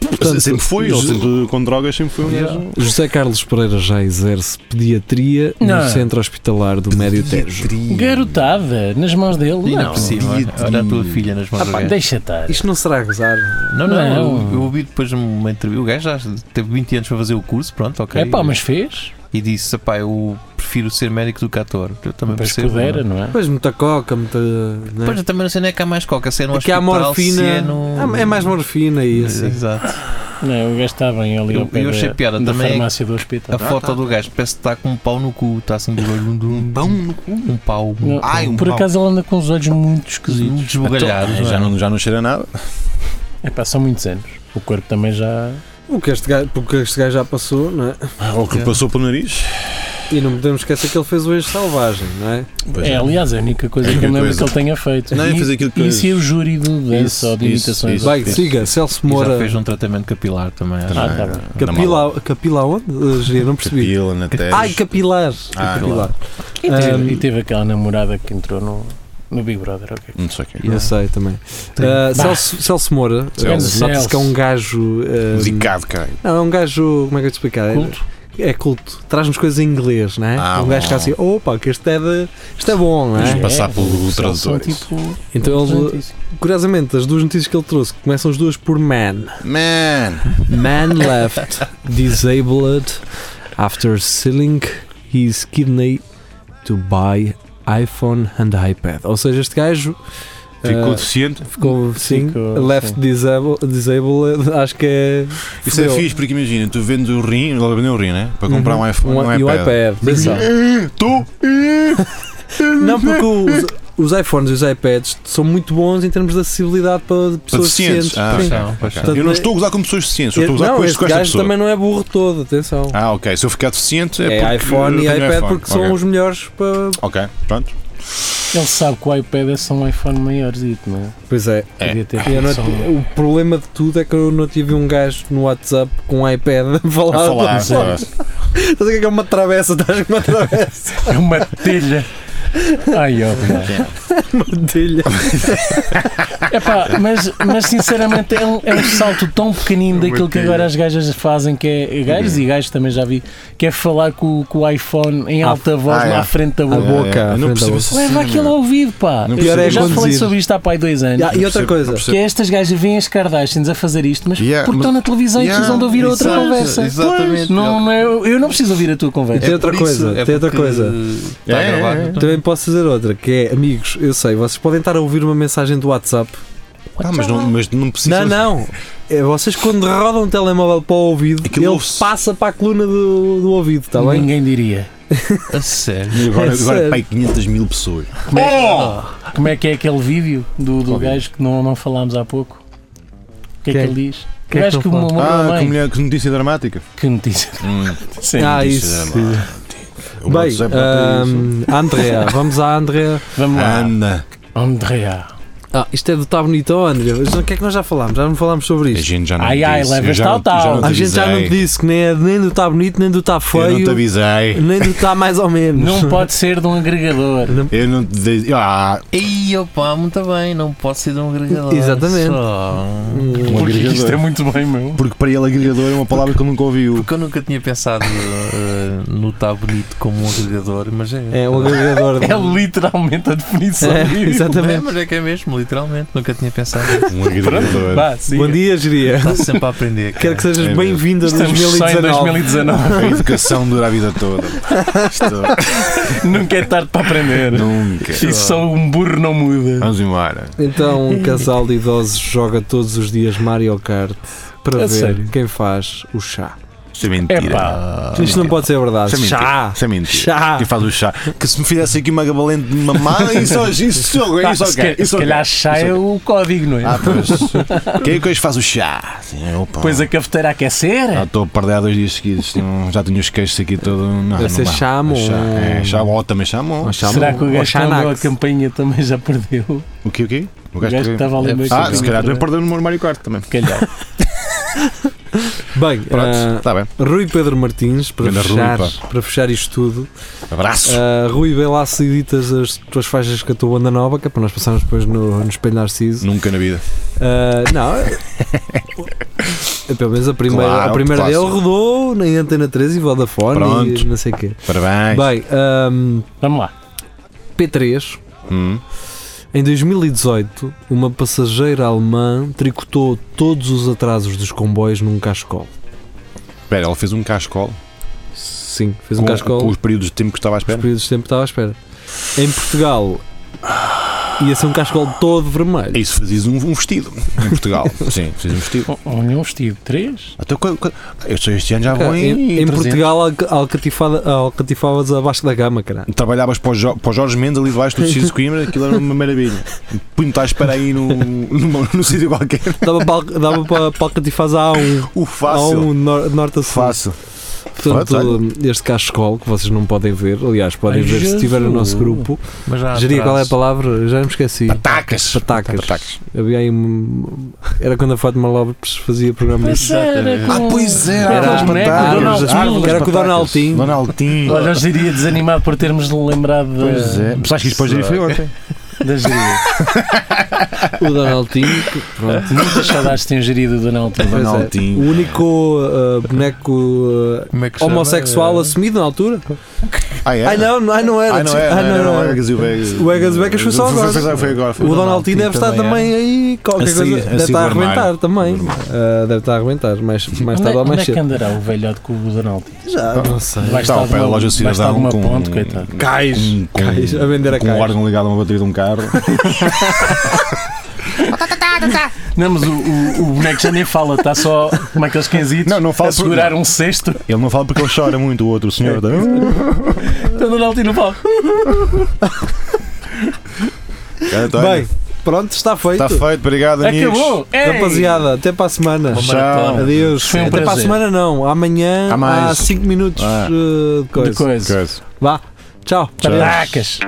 S3: Portanto,
S6: Sempre foi, ele
S3: José-
S6: sempre com drogas, sempre foi um gajo.
S3: José Carlos Pereira já exerce pediatria no
S5: Não.
S3: Centro Hospitalar do Médio Tejo.
S5: Garotada, nas mãos dele?
S6: é
S4: E não
S5: Não.
S4: por cima, olha olha a tua filha nas mãos
S3: Ah,
S4: do
S3: pá,
S4: gajo.
S5: Deixa estar.
S3: Isto não será a gozar.
S4: Não, não,
S5: Não.
S4: Eu, eu ouvi depois uma entrevista. O gajo já teve 20 anos para fazer o curso, pronto, ok.
S5: É pá, mas fez.
S4: E disse, pá, eu prefiro ser médico do que ator. Eu também
S5: Mas
S4: percebo.
S5: pudera,
S4: não é?
S5: não é?
S3: Pois muita coca, muita. Né?
S4: Pois eu também não sei onde é que há mais coca, se é no
S3: Aqui há
S4: hospital, é.
S3: morfina.
S4: se é no...
S3: Ah, É mais morfina e assim.
S4: Exato.
S5: Não, o gajo está bem ali
S4: Eu-
S5: ao pé
S4: eu
S5: da,
S4: achei piada
S5: da
S4: também é
S5: farmácia do
S4: A
S3: Ah,
S5: hospital.
S3: tá,
S4: foto do gajo parece que está com um pau no cu, está assim de olho um pau no cu. Um pau
S5: Não,
S6: Ai, um
S5: por
S6: pau.
S5: acaso ele anda com os olhos muito esquisitos.
S3: Ah,
S4: desbugalhado.
S6: Então, já, não, já não cheira nada.
S5: É pá, são muitos anos. O corpo também já.
S3: O que este gajo, porque este gajo já passou, não é?
S6: Ou que
S4: É.
S6: passou pelo nariz.
S3: E não podemos esquecer que ele fez o ex selvagem, não é?
S6: Pois
S5: é,
S6: é.
S5: aliás, é a única coisa
S6: É a
S5: que eu
S6: única coisa.
S5: lembro que ele tenha feito.
S6: Não,
S5: e,
S6: ele fez aquilo que-
S5: Isso é o júri do dança
S6: Isso,
S5: ou de
S6: isso,
S5: imitações.
S6: isso.
S3: Bem,
S6: fez.
S3: siga, Celso
S4: E já
S3: Moura.
S4: fez um tratamento capilar também. acho.
S5: Ah, tá bem.
S3: Capila, capila onde? Eh, Gê, Não percebi.
S6: Capila, na testa.
S3: Ai, capilar.
S6: Ah,
S4: é
S3: capilar.
S5: E
S4: Ehm,
S5: teve,
S3: Ahm.
S5: e teve aquela namorada que entrou no, no Big Brother, ok.
S6: Não sei o quê.
S3: Não sei também.
S4: Tem-
S3: Eh,
S5: Bah.
S3: Celso, Celso Moura. eh,
S5: Celso.
S3: Nota-se que é um gajo. eh,
S6: Dedicado, caralho.
S3: não, é um gajo. Como é que eu te explicar?
S5: Culto.
S3: É culto. Traz-nos coisas em inglês, não é?
S6: Ah,
S3: um gajo que está assim, opa, que isto é, de, isto é bom, não é?
S6: Mas- passar pelo
S5: o Celso
S6: tradutor,
S5: é Tipo,
S3: Então ele,
S5: importantíssimo.
S3: curiosamente, as duas notícias que ele trouxe, que começam as duas por man.
S6: Man!
S3: Man left disabled after selling his kidney to buy iPhone and iPad. Ou seja, este gajo
S6: Ficou
S3: eh,
S6: deficiente.
S3: ficou sim,
S5: Ficou,
S3: left
S5: sim.
S3: disable- disabled, acho que é.
S6: Isso é
S3: fudeu. Uhum.
S6: fixe, porque imagina, tu vendes o rim, ele vendeu o rim, né? Para comprar um iPhone,
S3: Um-
S6: um,
S3: e um iPad. Atenção.
S6: Tu?
S3: Não, porque o, os iPhones e os iPads são muito bons em termos de acessibilidade para pessoas
S6: deficientes.
S3: deficientes.
S6: Ah,
S3: Sim.
S6: ok.
S4: Não, pois não.
S3: Portanto,
S6: Eu não estou a gozar com pessoas deficientes, eu estou a gozar
S3: não,
S6: com
S3: este
S6: este, com esta
S3: gajo
S6: pessoa.
S3: também não é burro todo, atenção.
S6: Ah, ok. Se eu ficar deficiente é,
S3: é
S6: porque
S3: iPhone e
S6: eu tenho
S3: iPad
S6: iPhone.
S3: porque são
S6: Ok.
S3: os melhores para.
S6: Ok, pronto.
S5: Ele sabe que o iPad é só um iPhone maiorzito, não é?
S3: Pois é.
S6: É.
S5: Podia ter
S3: Eu não-
S5: só um-
S3: o problema de tudo é que eu não tive um gajo no WhatsApp com um iPad a falar.
S6: A falar.
S3: Estás a
S6: agora.
S3: ver o que é que é uma travessa? Estás com uma travessa?
S5: É uma telha. Ai, ó, Bernardo.
S3: Tilha.
S5: Epá, mas, mas sinceramente é um, é um salto tão
S6: É
S5: pequenino daquilo que agora as gajas fazem, que é gajas e gajos também já vi, que é falar com, com o iPhone em
S3: Ah,
S5: alta voz
S6: ah, é.
S5: à frente da
S3: A
S5: boca.
S3: boca,
S6: É,
S3: à
S6: eu não
S3: frente da
S6: percebo
S3: boca.
S6: esse
S5: Leva
S6: cinema.
S5: aquilo ao ouvido, pá.
S6: Não
S3: percebo.
S5: Eu já
S3: Pior é
S5: falei
S3: conduzir.
S5: sobre isto há pá aí dois anos.
S3: Ah, e outra
S6: percebo,
S3: coisa,
S6: não percebo.
S5: Que é estas gajas veem as Kardashians a fazer isto, mas
S6: Yeah,
S5: porque
S6: mas-
S5: estão na televisão
S6: Yeah,
S5: e precisam de ouvir a outra
S4: exato,
S5: conversa.
S4: exatamente.
S5: Pois, não, não, eu, eu não preciso ouvir a tua conversa.
S3: Tem outra
S4: por isso, é
S3: coisa, tem outra
S4: porque
S3: coisa.
S4: Está
S6: É,
S4: gravado.
S6: é, é.
S4: então.
S3: Também posso dizer outra, que é, amigos, eu sei, vocês podem estar a ouvir uma mensagem do WhatsApp.
S6: Ah, mas não, mas não precisa.
S3: Não, não. É, Vocês quando rodam o telemóvel para o ouvido,
S6: Aquilo
S3: ele
S6: ouve-se.
S3: passa para a coluna do, do ouvido, está tá bem?
S5: Ninguém diria.
S4: A sério.
S6: E agora,
S3: É
S6: agora
S3: sério.
S6: pai, 500 mil pessoas.
S5: Como é,
S6: Oh!
S5: como é que é aquele vídeo do, do
S6: Qual vídeo?
S5: gajo que não, não falámos há pouco? O que é que
S3: Quem?
S5: ele diz?
S3: Quem
S5: o
S3: é
S5: gajo
S3: que
S5: que
S3: ele
S5: uma
S3: fala?
S6: Ah,
S5: uma
S6: que,
S5: mãe.
S6: mulher, que notícia dramática.
S5: Que notícia. Sim.
S3: Ah,
S6: Hum. notícia
S3: isso.
S6: dramática. é O
S3: Bem,
S6: WhatsApp já tem é isso.
S3: hum, Andrea, vamos à Andrea.
S5: Vamos
S6: Ah,
S5: lá.
S6: Anda.
S5: Andrea.
S3: Ah, isto é do Tá Bonitão, Andrea. Mas O que é que nós já falámos? Já não falámos sobre
S6: A
S3: isto.
S6: gente já não
S5: Ai,
S6: te
S5: ai,
S6: disse, eu
S5: levas
S6: já não-
S5: tal,
S6: já
S5: tal.
S6: não te
S3: A gente já não
S6: avisei.
S3: te disse que nem, é, nem do Tá Bonito, nem do Tá
S6: Eu não te
S3: Feio,
S6: avisei.
S3: nem do Tá Mais ou Menos.
S5: Não pode ser de um agregador.
S6: Eu não te dei. Ah,
S4: Ei, opa, muito bem, não posso ser de um agregador.
S3: Exatamente.
S4: Só.
S6: um agregador.
S5: é muito bem, meu.
S6: Porque para ele agregador é uma palavra que ele nunca ouviu.
S4: Porque eu nunca tinha pensado eh, no Tá Bonito como um agregador, mas é.
S3: É um agregador. de-
S5: É literalmente a definição.
S3: É,
S5: disso.
S4: É,
S3: exatamente.
S4: mas é que é mesmo, literalmente, nunca tinha pensado.
S6: Um agregador.
S5: Vá, siga.
S3: Bom dia, Geria.
S4: Está Tá sempre a aprender. cara.
S3: Quero que sejas
S6: É mesmo.
S3: bem-vindo a
S5: Estamos só em
S3: 2019.
S5: 2019.
S6: A educação dura a vida toda. Isto-
S5: Nunca é tarde para aprender.
S6: Nunca. Ah,
S5: E só um burro não muda.
S6: Vamos embora.
S3: Então, um casal de idosos joga todos os dias Mario Kart para
S5: A
S3: ver
S5: sério?
S3: quem faz o chá.
S6: Isso é mentira.
S5: Epá.
S3: Isto não pode ser verdade.
S6: Isso é mentira.
S3: Chá!
S6: Isso é mentira.
S3: Chá!
S6: Quem faz o chá? Que se me fizesse aqui uma gabalente de mamada, isso hoje, isso hoje,
S5: Ah,
S6: isso
S5: se,
S6: hoje.
S5: ca- se
S6: Isso
S5: calhar
S6: hoje.
S5: chá é o código, não é?
S6: Ah, pois. Quem é que hoje faz o chá? Sim, opa.
S5: Depois a cafeteira aquecer.
S6: Já estou a perder há dois dias seguidos. Não- Já tenho os queixos aqui todo. Não,
S3: Deve
S6: não
S3: ser
S6: dá.
S3: chamon.
S6: Chá, É, chamon. Ou também chamon.
S3: Ou chamon.
S5: Será que o
S3: Ou
S5: gajo que andou a
S3: Xanax.
S5: campainha também já perdeu?
S6: O quê, o quê?
S5: O gajo que estava ali
S4: É
S5: meio
S6: Ah,
S4: Sim,
S6: se
S4: sim.
S6: calhar também perdeu no meu Mario Kart também.
S5: calhar.
S3: Bem,
S6: Pronto, está bem.
S3: ah, Rui Pedro Martins, para
S6: Ganda Rui,
S3: fechar,
S6: pá.
S3: para fechar isto tudo.
S6: Abraço.
S3: Ah, Rui, vê lá se editas as tuas faixas com a tua banda nova, que é para nós passarmos depois no, no Espelho Narciso.
S6: Nunca na vida.
S3: Ah, não. eh, Pelo menos a primeira,
S6: Claro,
S3: a primeira
S6: faço.
S3: dele rodou na Antena 13 e Vodafone
S6: Pronto. É
S3: e não sei o quê.
S6: Parabéns.
S3: Bem, ehm, ahm,
S5: Vamos lá.
S3: P3,
S6: Hum.
S3: em 2018, uma passageira alemã tricotou todos os atrasos dos comboios num cascol.
S6: Espera, ela fez um cascol.
S3: Sim, fez um
S6: com,
S3: cascol.
S6: com os períodos de tempo que estava à
S3: Os
S6: espera.
S3: períodos de tempo que estava à espera. Em Portugal, ia ser um cascol todo vermelho.
S6: Isso fazias um, um vestido em Portugal. Sim, fazias um vestido.
S5: Olha um vestido. Três?
S6: Até Então, quando, quando- eu sei, este ano já vou
S3: Cara,
S6: em.
S3: em, em
S6: 300.
S3: Portugal, alca- alcatifada- alcatifavas abaixo da gama, caralho.
S6: Trabalhavas para o, jo, para o Jorge Mendes ali debaixo do Preciso de Coimbra, aquilo era uma maravilha. Punho, estás para aí no, numa- num sítio qualquer.
S3: Dava para, al- dava para, para alcatifaz a A1.
S6: O
S3: A1
S6: fácil.
S3: nor- norte a sul.
S6: Fácil.
S3: Portanto, este cascol que vocês não podem ver, aliás, podem
S5: Ai,
S3: ver se estiver no nosso
S5: Jesus.
S3: grupo.
S4: Mas já há
S3: Geria, qual é a
S4: atrasos.
S3: palavra? Já me esqueci.
S6: Patacas.
S3: Patacas.
S6: Patacas.
S3: Havia aí um- Era quando a Fátima Lopes fazia programas.
S5: Pois era,
S6: Ah,
S5: com-
S6: pois é,
S5: Era
S6: as
S5: as
S3: né?
S5: bonecas,
S6: patacas.
S5: Donald-
S6: as árvores,
S3: Ah, era com o
S6: patacas.
S3: Donaldinho.
S6: Donaldinho.
S5: Olha, eu diria desanimado por termos lembrado da.
S6: Pois é. Pensaste que isto para gerir foi ontem?
S5: Da geria.
S3: O Donaldinho. que- Pronto.
S5: Muitas saudades tem um gerido do Donald Trump.
S3: Pois é. O
S6: Donaldinho.
S3: único uh, boneco uh,
S4: Como é que chama?
S3: homossexual
S4: Eh,
S3: assumido na altura?
S6: Ah, é?
S3: Ai não, não, ai, não era.
S6: Ah, não é?
S3: Ah,
S6: não, não,
S3: era.
S6: Egas e o Vegas.
S3: O Egas e o Vegas foi só agora.
S6: Foi agora.
S3: O Donaldinho deve estar também aí. Qualquer
S6: A sair-
S3: coisa.
S6: a
S3: Deve
S6: sair
S3: estar a
S6: do armário.
S3: arrebentar também. Uh, deve estar a arrebentar mais, mais
S5: Onde é-
S3: tarde ou
S5: onde
S3: mais
S5: é que
S3: cedo.
S5: andará o velhote com o Donald?
S3: Já, não sei.
S5: Vai
S6: Está ao
S5: estar
S6: pé da
S5: numa-
S6: Então, Tá, loja
S5: vai estar
S6: Cidadão
S5: numa
S6: com, um-
S5: ponte, coitado.
S3: Cais.
S6: com, com,
S3: Cais, a vender a
S6: com um
S3: cais.
S6: órgão ligado a uma bateria de um carro.
S5: Não, mas o, o, o boneco já nem fala, está só como é aqueles quinzitos
S6: Não, não fala
S5: a segurar
S6: por-
S5: um cesto.
S6: Ele não fala porque ele chora muito, o outro senhor.
S5: Então o Donaldinho não fala.
S6: António,
S3: É. Bem, pronto, está feito.
S6: está Tá- feito, obrigado, amigos.
S5: Acabou! Ei!
S3: Rapaziada, até para a semana.
S7: Uma
S6: Tchau.
S7: maratona.
S3: Adeus.
S5: Foi um
S3: até para a
S5: prazer.
S3: semana não. Amanhã
S6: Há mais.
S3: há 5 minutos eh,
S6: Ah.
S3: de
S5: De
S3: coisa.
S5: coisa.
S6: Coisa.
S3: Vá. Tchau.
S5: Baracas!